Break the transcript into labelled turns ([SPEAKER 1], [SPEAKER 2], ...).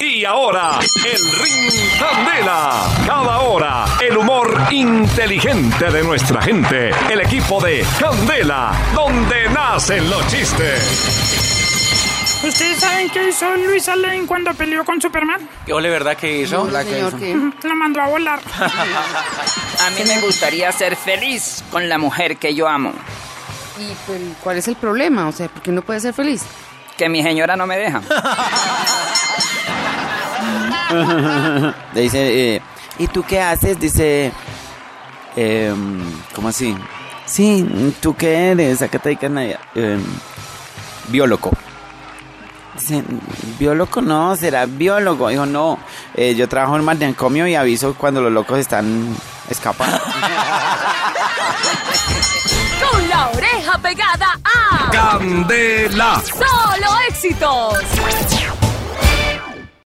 [SPEAKER 1] Y ahora, el Ring Candela. Cada hora, el humor inteligente de nuestra gente. El equipo de Candela, donde nacen los chistes.
[SPEAKER 2] ¿Ustedes saben qué hizo Luis Allen cuando peleó con Superman?
[SPEAKER 3] ¿Qué ole verdad que hizo?
[SPEAKER 4] Señor, ¿qué?
[SPEAKER 2] Lo mandó a volar.
[SPEAKER 5] A mí me gustaría ser feliz con la mujer que yo amo.
[SPEAKER 4] ¿Y pues, cuál es el problema? O sea, ¿por qué no puede ser feliz?
[SPEAKER 5] Que mi señora no me deja.
[SPEAKER 6] Le dice, eh, ¿y tú qué haces? Dice, em, ¿cómo así? Sí, ¿tú qué eres? Acá te dedican a... em, biólogo. Dice, biólogo no, será biólogo. Dijo, no, eh, yo trabajo en Mardiancomio y aviso cuando los locos están escapando.
[SPEAKER 7] Con la oreja pegada a
[SPEAKER 1] Candela.
[SPEAKER 7] Solo Éxitos.